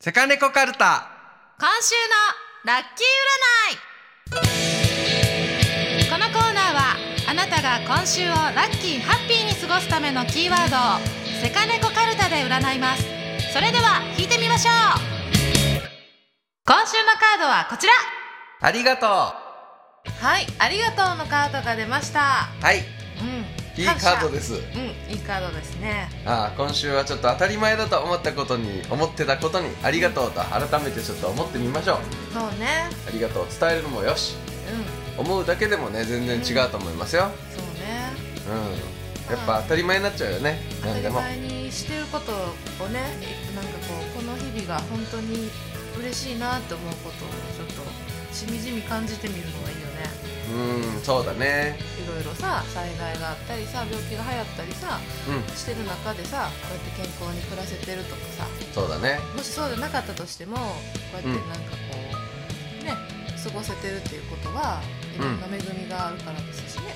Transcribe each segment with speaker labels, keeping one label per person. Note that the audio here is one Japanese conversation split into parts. Speaker 1: セカネコカルタ
Speaker 2: 今週のラッキー占いこのコーナーはあなたが今週をラッキーハッピーに過ごすためのキーワードをセカネコカルタで占いますそれでは引いてみましょう今週のカードはこちら
Speaker 1: ありがとう
Speaker 2: はいありがとうのカードが出ました
Speaker 1: はい
Speaker 2: うん
Speaker 1: いいカードです
Speaker 2: すうんいいカードですね
Speaker 1: ああ今週はちょっと当たり前だと思ったことに思ってたことにありがとうと改めてちょっと思ってみましょう
Speaker 2: そうね
Speaker 1: ありがとうを伝えるのもよし
Speaker 2: うん
Speaker 1: 思うだけでもね全然違うと思いますよ
Speaker 2: そうね
Speaker 1: うんやっぱ当たり前になっちゃうよね
Speaker 2: 当た
Speaker 1: 何で
Speaker 2: り
Speaker 1: も
Speaker 2: 前にしてることをねなんかこうこの日々が本当に嬉しいなって思うことをちょっとしみじみ感じてみるのがいいよね
Speaker 1: うんそうだね
Speaker 2: いろいろさ災害があったりさ病気が流行ったりさ
Speaker 1: うん
Speaker 2: してる中でさこうやって健康に暮らせてるとかさ
Speaker 1: そうだね
Speaker 2: もしそうじゃなかったとしてもこうやって
Speaker 1: うん
Speaker 2: なんかこう、ね過ごせてるっていうことはいろんな恵みがあるからですしね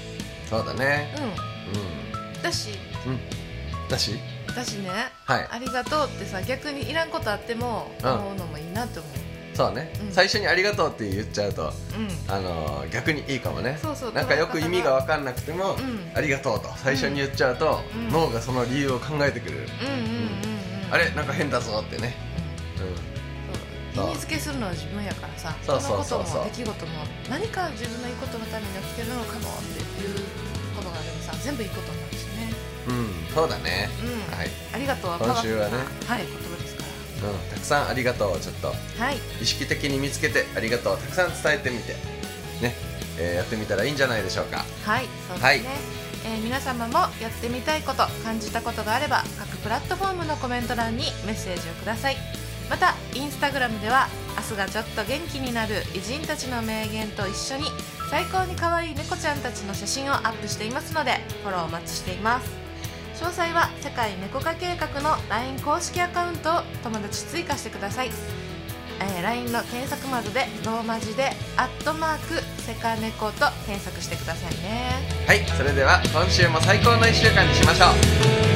Speaker 1: そうだね
Speaker 2: う
Speaker 1: うん
Speaker 2: だし
Speaker 1: んうんだし
Speaker 2: だしね
Speaker 1: はい
Speaker 2: ありがとうってさ逆にいらんことあっても
Speaker 1: うん
Speaker 2: 思うのもいいなって思う
Speaker 1: そうね、
Speaker 2: うん
Speaker 1: 最初に「ありがとう」って言っちゃうと、
Speaker 2: うん
Speaker 1: あのー逆にいいかもね
Speaker 2: そうそう
Speaker 1: なんかよく意味が
Speaker 2: わ
Speaker 1: 分かんなくても「
Speaker 2: うん
Speaker 1: ありがとう」と最初に言っちゃうと、
Speaker 2: うん
Speaker 1: 脳がその理由を考えてくれる、
Speaker 2: うんうんうんうん
Speaker 1: あれなんか変だぞってね、
Speaker 2: うん
Speaker 1: う
Speaker 2: そう意味付けするのは自分やからさ
Speaker 1: そう
Speaker 2: の
Speaker 1: そう
Speaker 2: こと
Speaker 1: そう
Speaker 2: も
Speaker 1: そう
Speaker 2: 出来事も何か自分のいいことのために起きてるのかもっていうことがでもさ全部いいことになるしね
Speaker 1: ん、うん、そうだね、
Speaker 2: うん、
Speaker 1: はい、
Speaker 2: ありがとうは
Speaker 1: 今週はね
Speaker 2: パワフルなはい言葉ですか
Speaker 1: うん、たくさん「ありがとう」をちょっと
Speaker 2: らはい
Speaker 1: 意識的に見つけて「ありがとう」をたくさん伝えてみてね、えーやってみたらいいんじゃないでしょうか
Speaker 2: はい、そうですね、
Speaker 1: はい
Speaker 2: えー皆様もやってみたいこと感じたことがあれば各プラットフォームのコメント欄にメッセージをくださいまたインスタグラムでは明日がちょっと元気になる偉人たちの名言と一緒に最高に可愛い猫ちゃんたちの写真をアップしていますのでフォローお待ちしています詳細は世界猫化計画の LINE 公式アカウントを友達追加してくださいえー LINE の検索窓でローマ字で「アットマークセカネコ」と検索してくださいね
Speaker 1: はいそれでは今週も最高の1週間にしましょう